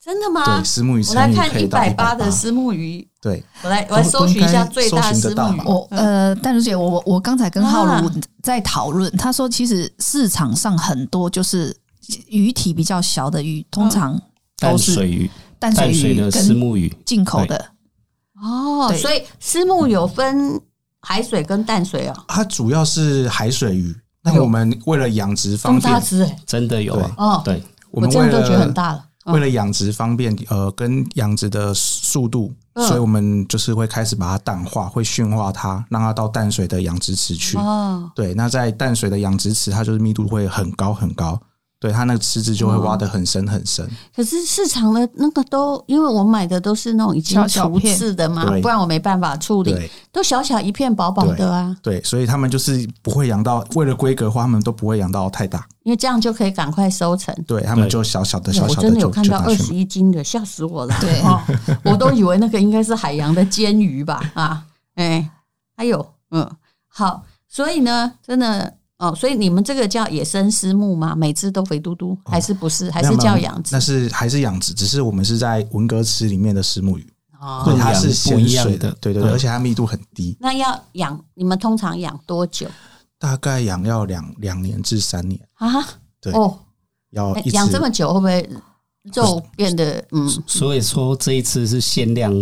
[SPEAKER 2] 真的吗？
[SPEAKER 5] 对，石木鱼
[SPEAKER 2] 啊我来
[SPEAKER 5] 参与
[SPEAKER 2] 看
[SPEAKER 5] 可
[SPEAKER 2] 一
[SPEAKER 5] 以到
[SPEAKER 2] 百
[SPEAKER 5] 八
[SPEAKER 2] 八的丝木鱼，
[SPEAKER 5] 对，
[SPEAKER 2] 我来我来搜寻一下最大
[SPEAKER 5] 都应该搜寻
[SPEAKER 2] 丝
[SPEAKER 5] 得到
[SPEAKER 2] 木鱼
[SPEAKER 5] 吧。
[SPEAKER 4] 我
[SPEAKER 2] 嗯
[SPEAKER 4] 呃，但是姐，我我我刚才跟浩如
[SPEAKER 2] 啊
[SPEAKER 4] 在讨论，他说其实市场上很多就是鱼体比较小的鱼，
[SPEAKER 2] 嗯
[SPEAKER 4] 通常
[SPEAKER 3] 淡
[SPEAKER 4] 都是
[SPEAKER 3] 水鱼、
[SPEAKER 4] 淡水
[SPEAKER 3] 淡水
[SPEAKER 4] 鱼
[SPEAKER 3] 的丝
[SPEAKER 4] 跟
[SPEAKER 3] 木鱼，
[SPEAKER 4] 进口的，
[SPEAKER 2] 哦，
[SPEAKER 4] 对
[SPEAKER 2] 所以丝木有分海水跟淡水哦，
[SPEAKER 5] 它主要是海水鱼。那我们为了养殖
[SPEAKER 2] 哎这么
[SPEAKER 5] 方
[SPEAKER 2] 大
[SPEAKER 5] 便，
[SPEAKER 2] 只哎、
[SPEAKER 3] 真的有啊。
[SPEAKER 2] 哦，
[SPEAKER 3] 对，
[SPEAKER 5] 我
[SPEAKER 2] 我
[SPEAKER 5] 们
[SPEAKER 2] 这
[SPEAKER 5] 为
[SPEAKER 2] 样就觉得很
[SPEAKER 5] 了
[SPEAKER 2] 大了。嗯
[SPEAKER 5] 为了养殖方便，呃，跟养殖的速度，
[SPEAKER 2] 嗯
[SPEAKER 5] 所以我们就是会开始把它淡化，会驯化它，让它到淡水的养殖池去。
[SPEAKER 2] 哦，
[SPEAKER 5] 对，那在淡水的养殖池，它就是密度会很高很高，对，它那个池子就
[SPEAKER 2] 嗯
[SPEAKER 5] 会挖得很深很深。
[SPEAKER 2] 可是市场的那个都，因为我买的都是那种已经
[SPEAKER 4] 小小
[SPEAKER 2] 处
[SPEAKER 4] 片
[SPEAKER 2] 置的嘛，
[SPEAKER 5] 对
[SPEAKER 2] 不然我没办法处理，
[SPEAKER 5] 对
[SPEAKER 2] 都小小一片薄薄的啊，
[SPEAKER 5] 对，所以他们就是不会养到，为了规格化，他们都不会养到太大，
[SPEAKER 2] 因为这样就可以赶快收成。哎
[SPEAKER 5] 对他们
[SPEAKER 3] 对
[SPEAKER 5] 就小小的小
[SPEAKER 2] 我
[SPEAKER 5] 小
[SPEAKER 2] 真
[SPEAKER 5] 的
[SPEAKER 2] 的有
[SPEAKER 5] 就
[SPEAKER 2] 看
[SPEAKER 5] 就
[SPEAKER 2] 到
[SPEAKER 5] 拿
[SPEAKER 2] 二
[SPEAKER 5] 去
[SPEAKER 2] 十
[SPEAKER 5] 卖。
[SPEAKER 2] 一斤的，吓死我了！
[SPEAKER 4] 对
[SPEAKER 2] 哦，我都以为那个应该是海洋的煎鱼吧？啊，哎，还有，嗯，好，所以呢，真的哦，所以你们这个叫野生私募吗？每只都肥嘟嘟，还是不是？还
[SPEAKER 5] 哦没
[SPEAKER 2] 是
[SPEAKER 5] 有没有
[SPEAKER 2] 叫养殖
[SPEAKER 5] 那？是还是养殖，只是我们是在文革池里面的石目鱼，
[SPEAKER 2] 哦，
[SPEAKER 5] 所以它
[SPEAKER 3] 混养
[SPEAKER 5] 是
[SPEAKER 3] 不
[SPEAKER 5] 咸
[SPEAKER 3] 一样
[SPEAKER 5] 水
[SPEAKER 3] 的
[SPEAKER 5] 对对对，
[SPEAKER 3] 对
[SPEAKER 5] 而且它密度很低，
[SPEAKER 2] 那要养，你们通常养多久
[SPEAKER 5] 大概养要两两年至三年，
[SPEAKER 2] 啊？
[SPEAKER 5] 对
[SPEAKER 2] 哦，
[SPEAKER 5] 要
[SPEAKER 2] 哎
[SPEAKER 5] 一直
[SPEAKER 2] 养这么久会不会肉变得嗯？
[SPEAKER 3] 所以说这一次是限量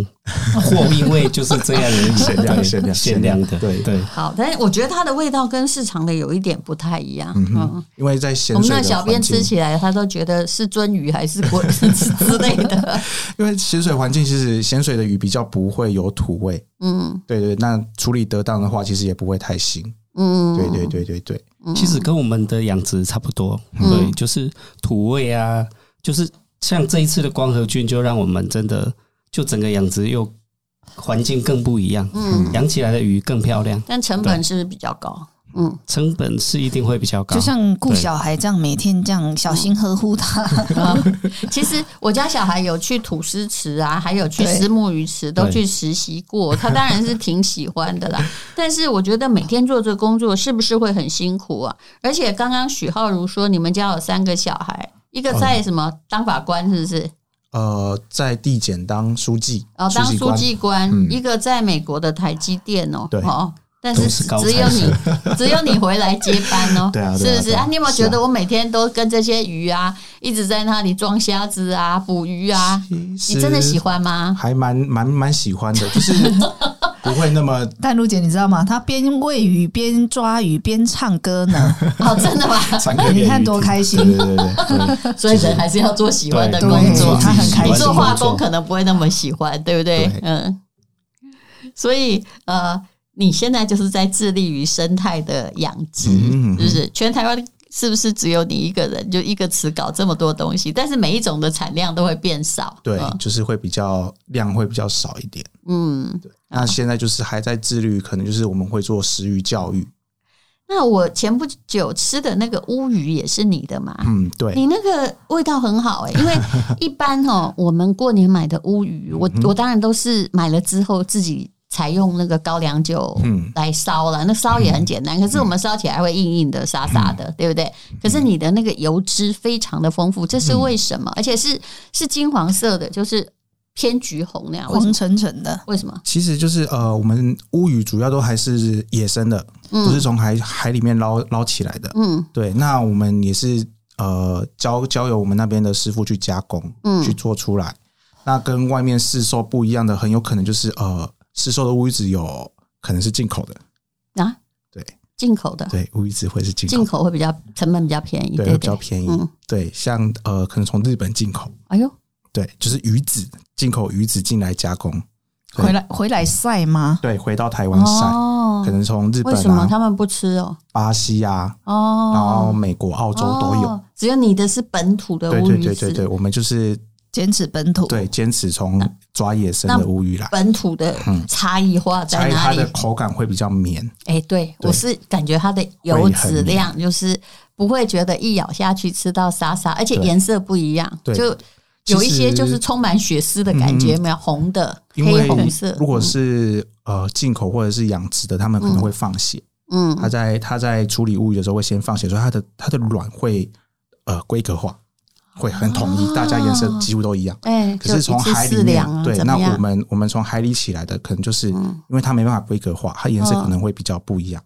[SPEAKER 3] 货，因为就是这样而已，
[SPEAKER 5] 限量
[SPEAKER 3] 对
[SPEAKER 5] 限量
[SPEAKER 3] 限量的，
[SPEAKER 5] 限量对
[SPEAKER 3] 对。
[SPEAKER 2] 好，但是我觉得它的味道跟市场的有一点不太一样。
[SPEAKER 5] 嗯
[SPEAKER 2] 嗯
[SPEAKER 5] 哼，因为在咸
[SPEAKER 2] 我们
[SPEAKER 5] 水
[SPEAKER 2] 那
[SPEAKER 5] 的
[SPEAKER 2] 小
[SPEAKER 5] 环
[SPEAKER 2] 编
[SPEAKER 5] 境
[SPEAKER 2] 吃，起来，他都觉得是鳟鱼还是滚 之类的。
[SPEAKER 5] 因为咸水环境其实咸水的鱼比较不会有土味，
[SPEAKER 2] 嗯
[SPEAKER 5] 对对，那处理得当的话，其实也不会太腥。
[SPEAKER 2] 嗯，
[SPEAKER 5] 对对对对对，
[SPEAKER 3] 其实跟我们的养殖差不多，
[SPEAKER 2] 嗯
[SPEAKER 3] 对，就是土味啊，就是像这一次的光合菌，就让我们真的就整个养殖又环境更不一样，
[SPEAKER 2] 嗯
[SPEAKER 3] 养起来的鱼更漂亮，
[SPEAKER 2] 但成本是比较高。嗯，
[SPEAKER 3] 成本是一定会比较高。
[SPEAKER 4] 就像顾
[SPEAKER 3] 对
[SPEAKER 4] 小孩这样，每天这样小
[SPEAKER 2] 嗯
[SPEAKER 4] 心呵护 它。
[SPEAKER 2] 啊其实我家小孩有去吐司池啊，还有去
[SPEAKER 4] 对
[SPEAKER 2] 石目鱼池，都
[SPEAKER 3] 对
[SPEAKER 2] 去实习过。他当然是挺喜欢的啦。 但是我觉得每天做这个工作是不是会很辛苦啊？而且刚刚许浩如说，你们家有三个小孩，一个
[SPEAKER 5] 哦
[SPEAKER 2] 在什么当法官，是不是？
[SPEAKER 5] 呃，在地检当书记，
[SPEAKER 2] 哦，当
[SPEAKER 5] 书
[SPEAKER 2] 书
[SPEAKER 5] 官
[SPEAKER 2] 记官，
[SPEAKER 5] 嗯
[SPEAKER 2] 一个在美国的台积电哦，
[SPEAKER 5] 对
[SPEAKER 2] 哦。但
[SPEAKER 3] 都
[SPEAKER 2] 是
[SPEAKER 3] 是高
[SPEAKER 2] 只有
[SPEAKER 3] 材
[SPEAKER 2] 你， 只有你回来接班哦，
[SPEAKER 5] 对啊对啊
[SPEAKER 2] 是不是
[SPEAKER 5] 对啊
[SPEAKER 2] 啊？你有没有
[SPEAKER 5] 是
[SPEAKER 2] 觉
[SPEAKER 5] 啊
[SPEAKER 2] 得我每天都跟这些鱼啊，一直在那里装虾子啊、捕鱼啊？
[SPEAKER 5] 你
[SPEAKER 2] 你真的喜？欢吗？
[SPEAKER 5] 还蛮蛮蛮喜欢的，就是 不会那么
[SPEAKER 4] 但如姐，你知道吗？她边喂鱼边抓鱼边唱歌 呢，
[SPEAKER 2] 哦，真 的吗？
[SPEAKER 5] 残酷。
[SPEAKER 4] 你看多开心
[SPEAKER 5] 对对
[SPEAKER 2] 嗯
[SPEAKER 5] 对对，
[SPEAKER 2] 所以人还是要做喜欢的
[SPEAKER 3] 对
[SPEAKER 2] 工作
[SPEAKER 4] 对，他很开
[SPEAKER 2] 你
[SPEAKER 4] 心
[SPEAKER 2] 做化工可能不会那么喜欢，对不对
[SPEAKER 5] 对？
[SPEAKER 2] 嗯，所以呃，你现在就是在致力于生态的养殖，
[SPEAKER 5] 嗯嗯嗯
[SPEAKER 2] 是不是？全台湾是不是只有你一个人，就一个词搞这么多东西？但是每一种的产量都会变少，
[SPEAKER 5] 对对，就是会比较量会比较少一点。
[SPEAKER 2] 嗯，
[SPEAKER 5] 那现在就是还在自律，可能就是我们会做食鱼教育。
[SPEAKER 2] 那我前不久吃的那个乌鱼也是你的嘛？
[SPEAKER 5] 嗯，对，
[SPEAKER 2] 你那个味道很好哎、因为
[SPEAKER 5] 嗯
[SPEAKER 2] 一般哦，我们过年买的乌鱼，我我当然都是买了之后自己采用那个高粱酒
[SPEAKER 5] 嗯
[SPEAKER 2] 来烧了。那烧也很简单，可是我们烧起来会硬硬的、沙沙的，
[SPEAKER 5] 嗯
[SPEAKER 2] 对不对？可是你的那个油脂非常的丰富，这是为什
[SPEAKER 5] 嗯
[SPEAKER 2] 么？而且是是金黄色的，就是偏橘红那样。为什
[SPEAKER 4] 黄
[SPEAKER 2] 么？
[SPEAKER 4] 澄澄的，
[SPEAKER 2] 为什么？
[SPEAKER 5] 其实就是呃，我们乌鱼主要都还是野生的，
[SPEAKER 2] 嗯
[SPEAKER 5] 不是从海海里面捞捞起来的。
[SPEAKER 2] 嗯
[SPEAKER 5] 对，那我们也是呃交交由我们那边的师傅去加工，
[SPEAKER 2] 嗯
[SPEAKER 5] 去做出来。那跟外面市售不一样的，很有可能就是呃市售的乌鱼子有可能是进口的，
[SPEAKER 2] 啊，
[SPEAKER 5] 对
[SPEAKER 2] 进口的，
[SPEAKER 5] 对，乌鱼子会是进
[SPEAKER 2] 进
[SPEAKER 5] 口的，
[SPEAKER 2] 口会比较成本比较便宜，
[SPEAKER 5] 对，
[SPEAKER 2] 对
[SPEAKER 5] 会
[SPEAKER 2] 对，
[SPEAKER 5] 比较便宜。
[SPEAKER 2] 嗯，
[SPEAKER 5] 对，像呃可能从日本进口，
[SPEAKER 2] 哎呦，
[SPEAKER 5] 对，就是鱼子进口鱼子进来加工，对
[SPEAKER 4] 回来回来晒吗？
[SPEAKER 5] 对，回到台湾晒，
[SPEAKER 2] 哦
[SPEAKER 5] 可，能从日
[SPEAKER 2] 为
[SPEAKER 5] 本
[SPEAKER 2] 什么
[SPEAKER 5] 啊、
[SPEAKER 2] 他们不吃哦？
[SPEAKER 5] 巴西啊，
[SPEAKER 2] 哦，
[SPEAKER 5] 然后美国、澳洲都有。
[SPEAKER 2] 哦只有你的是本土的
[SPEAKER 5] 对
[SPEAKER 2] 乌
[SPEAKER 5] 对
[SPEAKER 2] 鱼
[SPEAKER 5] 对
[SPEAKER 2] 子，
[SPEAKER 5] 对对，我们就是
[SPEAKER 4] 坚持本土，
[SPEAKER 5] 对坚持从抓野生
[SPEAKER 2] 那
[SPEAKER 5] 的乌鱼来。
[SPEAKER 2] 本土的
[SPEAKER 5] 嗯
[SPEAKER 2] 差异化在
[SPEAKER 5] 才
[SPEAKER 2] 哪
[SPEAKER 5] 它
[SPEAKER 2] 里
[SPEAKER 5] 的？口感会比较绵，
[SPEAKER 2] 哎、对我是感觉它的油脂量就是不会觉得一咬下去吃到沙沙，而且
[SPEAKER 5] 对
[SPEAKER 2] 颜色不一样，
[SPEAKER 5] 对
[SPEAKER 2] 就有一
[SPEAKER 5] 其
[SPEAKER 2] 些
[SPEAKER 5] 实
[SPEAKER 2] 就是充满血丝的感觉，有没有红的、
[SPEAKER 5] 因为
[SPEAKER 2] 黑红色。
[SPEAKER 5] 如果是呃进口或者是养殖的，他们可能会放血。
[SPEAKER 2] 嗯
[SPEAKER 5] 它在它在处理物语的时候会先放血，所以它的它的卵会呃规格化，会很统一，
[SPEAKER 2] 啊
[SPEAKER 5] 大家颜色几乎都一样。
[SPEAKER 2] 哎、
[SPEAKER 5] 可
[SPEAKER 2] 就是
[SPEAKER 5] 从
[SPEAKER 2] 一次
[SPEAKER 5] 海里
[SPEAKER 2] 四
[SPEAKER 5] 面
[SPEAKER 2] 两，啊，
[SPEAKER 5] 对，
[SPEAKER 2] 怎
[SPEAKER 5] 那
[SPEAKER 2] 么
[SPEAKER 5] 我
[SPEAKER 2] 样？嗯
[SPEAKER 5] 们我们从海里起来的，可能就是因为它没办法规格化，它颜色可能会比较不一样。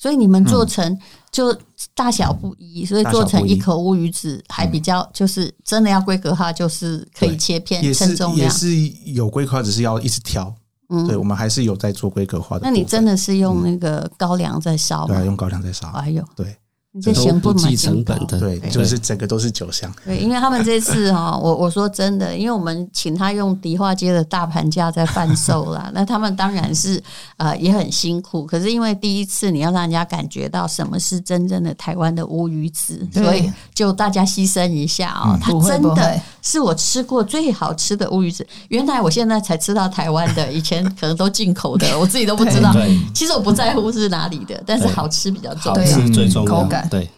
[SPEAKER 2] 所以你们做
[SPEAKER 5] 嗯
[SPEAKER 2] 成就大小不一，所以做成一口乌鱼子还比较就是真的要规格化，就是可以
[SPEAKER 5] 嗯对
[SPEAKER 2] 切片
[SPEAKER 5] 也
[SPEAKER 2] 称
[SPEAKER 5] 是
[SPEAKER 2] 重
[SPEAKER 5] 也
[SPEAKER 2] 量。
[SPEAKER 5] 是有规格化，只是要一直挑。
[SPEAKER 2] 嗯
[SPEAKER 5] 对，我们还是有在做规格化的部
[SPEAKER 2] 那
[SPEAKER 5] 分。
[SPEAKER 2] 你真的是用那个高粱在烧
[SPEAKER 5] 对
[SPEAKER 2] 吗
[SPEAKER 5] 啊，？用高粱在烧。
[SPEAKER 2] 哎呦，
[SPEAKER 5] 对
[SPEAKER 2] 你这
[SPEAKER 3] 都
[SPEAKER 2] 咸
[SPEAKER 3] 不
[SPEAKER 2] 不
[SPEAKER 3] 计
[SPEAKER 2] 蛮
[SPEAKER 3] 成
[SPEAKER 2] 劲
[SPEAKER 3] 本
[SPEAKER 2] 爆
[SPEAKER 3] 的
[SPEAKER 5] 对，
[SPEAKER 3] 对
[SPEAKER 5] 就是整个都是酒香。
[SPEAKER 2] 对，因为他们这次哈、我我说真的，因为我们请他用迪化街的大盘价在贩售啦， 那他们当然是呃也很辛苦，可是因为第一次你要让人家感觉到什么是真正的台湾的乌鱼子，
[SPEAKER 4] 对嗯
[SPEAKER 2] 所以就大家牺牲一下哦，它
[SPEAKER 4] 不会
[SPEAKER 2] 真
[SPEAKER 4] 不
[SPEAKER 2] 的
[SPEAKER 4] 会
[SPEAKER 2] 是我吃过最好吃的乌鱼子，原来我现在才吃到台湾的，以前可能都进口的，我自己都不知道。
[SPEAKER 3] 对，
[SPEAKER 2] 其实我不在乎是哪里的，但是
[SPEAKER 3] 对
[SPEAKER 2] 好吃比较重
[SPEAKER 3] 好
[SPEAKER 2] 要。
[SPEAKER 3] 吃最重要
[SPEAKER 4] 口，感
[SPEAKER 3] 对，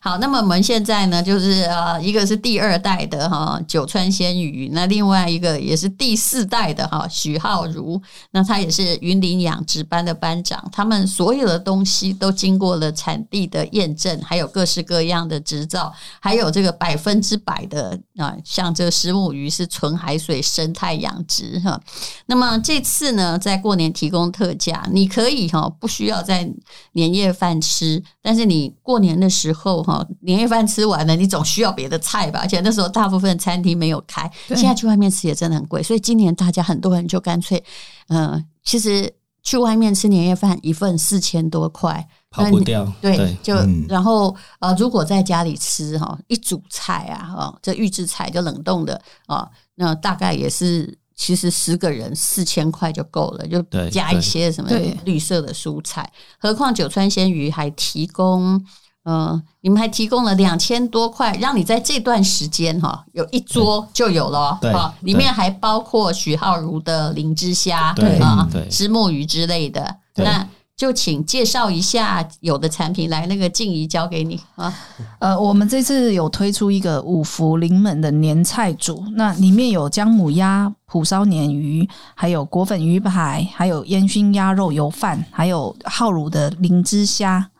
[SPEAKER 2] 好，那么我们现在呢，就是呃，一个是第二代的哈九川鲜鱼，那另外一个也是第四代的哈许浩如，那他也是云林养殖班的班长，他们所有的东西都经过了产地的验证，还有各式各样的执照，还有这个百分之百的啊，像这个石母鱼是纯海水生态养殖哈。那么这次呢，在过年提供特价，你可以哈不需要在年夜饭吃，但是你过年的时候哈，年夜饭吃完了，你总需要别的菜吧？而且那时候大部分餐厅没有开，
[SPEAKER 4] 对
[SPEAKER 2] 现在去外面吃也真的很贵，所以今年大家很多人就干脆，嗯、其实去外面吃年夜饭一份四千多块，
[SPEAKER 3] 跑
[SPEAKER 2] 那
[SPEAKER 3] 不
[SPEAKER 2] 你
[SPEAKER 3] 掉，
[SPEAKER 2] 对，就、
[SPEAKER 5] 嗯
[SPEAKER 2] 然后呃，如果在家里吃哈，一煮菜啊，哦，这预制菜就冷冻的啊，那大概也是其实十个人四千块就够了，就
[SPEAKER 3] 对
[SPEAKER 2] 加一些什么
[SPEAKER 4] 对
[SPEAKER 2] 绿色的蔬菜。何况九川鲜鱼还提供。呃，你们还提供了两千多块，让你在这段时间哈、有一桌就有了哦
[SPEAKER 3] 对
[SPEAKER 2] 啊，里
[SPEAKER 3] 对
[SPEAKER 2] 面还包括许浩如的灵芝虾，
[SPEAKER 3] 对
[SPEAKER 2] 啊，
[SPEAKER 3] 对
[SPEAKER 2] 石墨鱼之类的。
[SPEAKER 3] 对
[SPEAKER 2] 那就请介绍一下有的产品来，那个静怡交给你啊。
[SPEAKER 4] 呃，我们这次有推出一个五福临门的年菜组，那里面有姜母鸭、蒲烧鲶鱼，还有果粉鱼排，还有烟熏鸭肉油饭，还有浩乳的灵芝虾。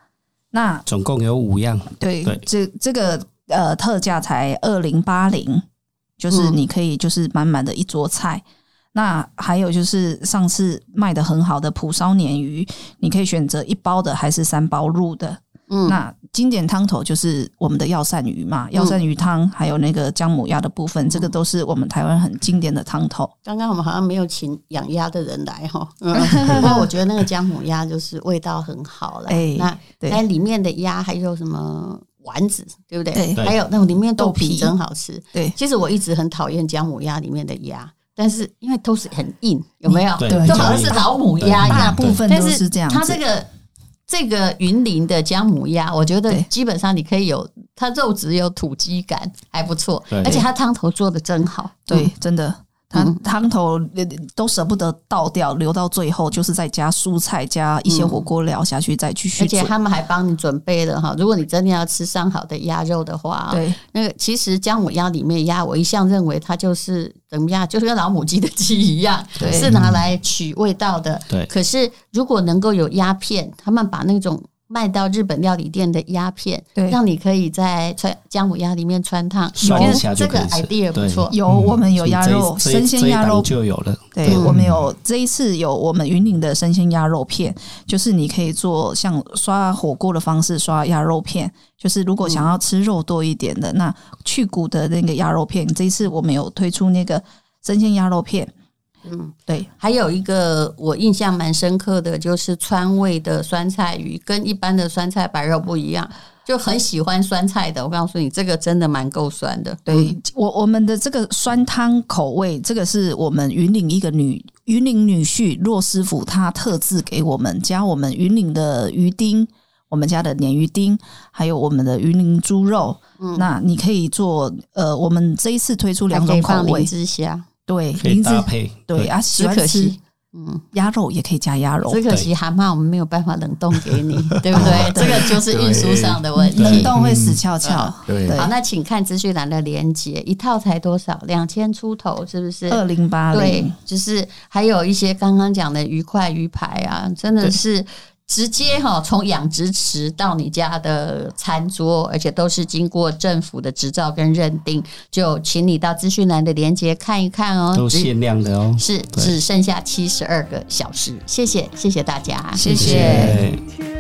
[SPEAKER 4] 那
[SPEAKER 3] 总共有五样，
[SPEAKER 4] 对，
[SPEAKER 3] 对
[SPEAKER 4] 这这个呃特价才二零八零，就是
[SPEAKER 2] 嗯
[SPEAKER 4] 你可以就是满满的一桌菜。那还有就是上次卖的很好的蒲烧鲶鱼，你可以选择一包的还是三包入的。
[SPEAKER 2] 嗯
[SPEAKER 4] 那经典汤头就是我们的药膳鱼嘛，药膳鱼汤还有那个姜母鸭的部分，这个都是我们台湾很经典的汤头。
[SPEAKER 2] 刚刚我们好像没有请养鸭的人来哈，嗯，不过我觉得那个姜母鸭就是味道很好了。
[SPEAKER 4] 哎
[SPEAKER 2] 那
[SPEAKER 4] 对
[SPEAKER 2] 那里面的鸭还有什么丸子，对不对？
[SPEAKER 4] 对
[SPEAKER 2] 还有那种里面豆
[SPEAKER 4] 豆
[SPEAKER 2] 皮
[SPEAKER 4] 皮
[SPEAKER 2] 真好吃。
[SPEAKER 4] 对
[SPEAKER 2] 其实我一直很讨厌姜母鸭里面的鸭，但是因为都是很
[SPEAKER 4] 嗯
[SPEAKER 2] 硬，有没有？
[SPEAKER 3] 对
[SPEAKER 2] 就好像是
[SPEAKER 3] 对
[SPEAKER 2] 老母鸭一
[SPEAKER 4] 大
[SPEAKER 2] 样。
[SPEAKER 4] 部分
[SPEAKER 2] 但
[SPEAKER 4] 都是这样子。
[SPEAKER 2] 它这个这个云林的姜母鸭，我觉得
[SPEAKER 4] 对
[SPEAKER 2] 基本上你可以有它肉质有土鸡感，还不错，
[SPEAKER 3] 对
[SPEAKER 2] 而且它汤头做的真好。
[SPEAKER 4] 对
[SPEAKER 2] 嗯，
[SPEAKER 4] 真的。它汤头呃都舍不得倒掉，留到最后，就是再加蔬菜加一些
[SPEAKER 3] 嗯
[SPEAKER 4] 火锅料下去，再继续
[SPEAKER 2] 而且
[SPEAKER 4] 煮。
[SPEAKER 2] 他们还帮你准备了哈，如果你真的要吃上好的鸭肉的话，
[SPEAKER 4] 对，
[SPEAKER 2] 那个其实姜母鸭里面鸭，我一向认为它就是怎么样， 就是跟老母鸡的鸡一样，
[SPEAKER 4] 对
[SPEAKER 2] 是拿来取味道的。
[SPEAKER 3] 对
[SPEAKER 2] 可是如果能够有鸭片，他们把那种卖到日本料理店的鸭片，
[SPEAKER 4] 对
[SPEAKER 2] 让你可以在川姜母鸭里面穿烫，
[SPEAKER 3] 涮
[SPEAKER 2] 我
[SPEAKER 3] 一
[SPEAKER 2] 觉
[SPEAKER 3] 下
[SPEAKER 2] 得这
[SPEAKER 3] 就可
[SPEAKER 2] 个
[SPEAKER 3] 以吃
[SPEAKER 2] idea 不
[SPEAKER 3] 对
[SPEAKER 2] 错。
[SPEAKER 4] 有我们有
[SPEAKER 3] 嗯所以
[SPEAKER 4] 鸭
[SPEAKER 3] 这一
[SPEAKER 4] 肉，
[SPEAKER 3] 这一
[SPEAKER 4] 生鲜鸭
[SPEAKER 3] 这一
[SPEAKER 4] 肉
[SPEAKER 3] 档就有嗯了。
[SPEAKER 4] 对，我们有这一次有我们云岭的生鲜鸭肉片，就是你可以做像刷火锅的方式刷鸭肉片，就是如果想
[SPEAKER 3] 嗯
[SPEAKER 4] 要吃肉多一点的，那去骨的那个鸭肉片，这一次我们有推出那个生鲜鸭肉片，
[SPEAKER 2] 嗯，
[SPEAKER 4] 对，
[SPEAKER 2] 还有一个我印象蛮深刻的就是川味的酸菜鱼，跟一般的酸菜白肉不一样，就很喜欢酸菜的。我告诉你，这个真的蛮够酸的。
[SPEAKER 4] 对我我们的这个酸汤口味，这个是我们云岭一个女云岭女婿骆师傅他特制给我们，加我们云岭的鱼丁，我们家的鲶鱼丁，还有我们的云岭猪肉。
[SPEAKER 2] 嗯
[SPEAKER 4] 那你可以做呃，我们这一次推出
[SPEAKER 2] 还
[SPEAKER 4] 两
[SPEAKER 2] 可
[SPEAKER 4] 种
[SPEAKER 2] 以
[SPEAKER 4] 口
[SPEAKER 2] 放
[SPEAKER 4] 味
[SPEAKER 2] 灵，芝虾，
[SPEAKER 4] 对，
[SPEAKER 3] 可以
[SPEAKER 4] 林子
[SPEAKER 3] 搭配，
[SPEAKER 4] 对啊，喜
[SPEAKER 2] 只
[SPEAKER 4] 欢
[SPEAKER 2] 可
[SPEAKER 4] 吃
[SPEAKER 2] 惜，嗯，
[SPEAKER 4] 鸭肉也可以加鸭肉
[SPEAKER 2] 只。可惜蛤蟆我们没有办法冷冻给你，对不对？这个就是运输上的问
[SPEAKER 4] 冷
[SPEAKER 2] 题。
[SPEAKER 4] 冻会死翘翘，
[SPEAKER 5] 对
[SPEAKER 2] 好，那请看资讯栏的连接，一套才多少？两千出头，是不是？
[SPEAKER 4] 二零八
[SPEAKER 2] 嗯对
[SPEAKER 4] 零，，
[SPEAKER 2] 就是还有一些刚刚讲的鱼块、鱼排啊，真的
[SPEAKER 4] 对
[SPEAKER 2] 是直接哈从养殖池到你家的餐桌，而且都是经过政府的执照跟认定。就请你到资讯栏的连接看一看哦，
[SPEAKER 3] 都
[SPEAKER 2] 只
[SPEAKER 3] 限量的哦。
[SPEAKER 2] 是
[SPEAKER 3] 对
[SPEAKER 2] 只剩下七十二个小时。谢谢，谢谢大家，
[SPEAKER 4] 谢谢
[SPEAKER 5] 谢
[SPEAKER 3] 对
[SPEAKER 1] 天，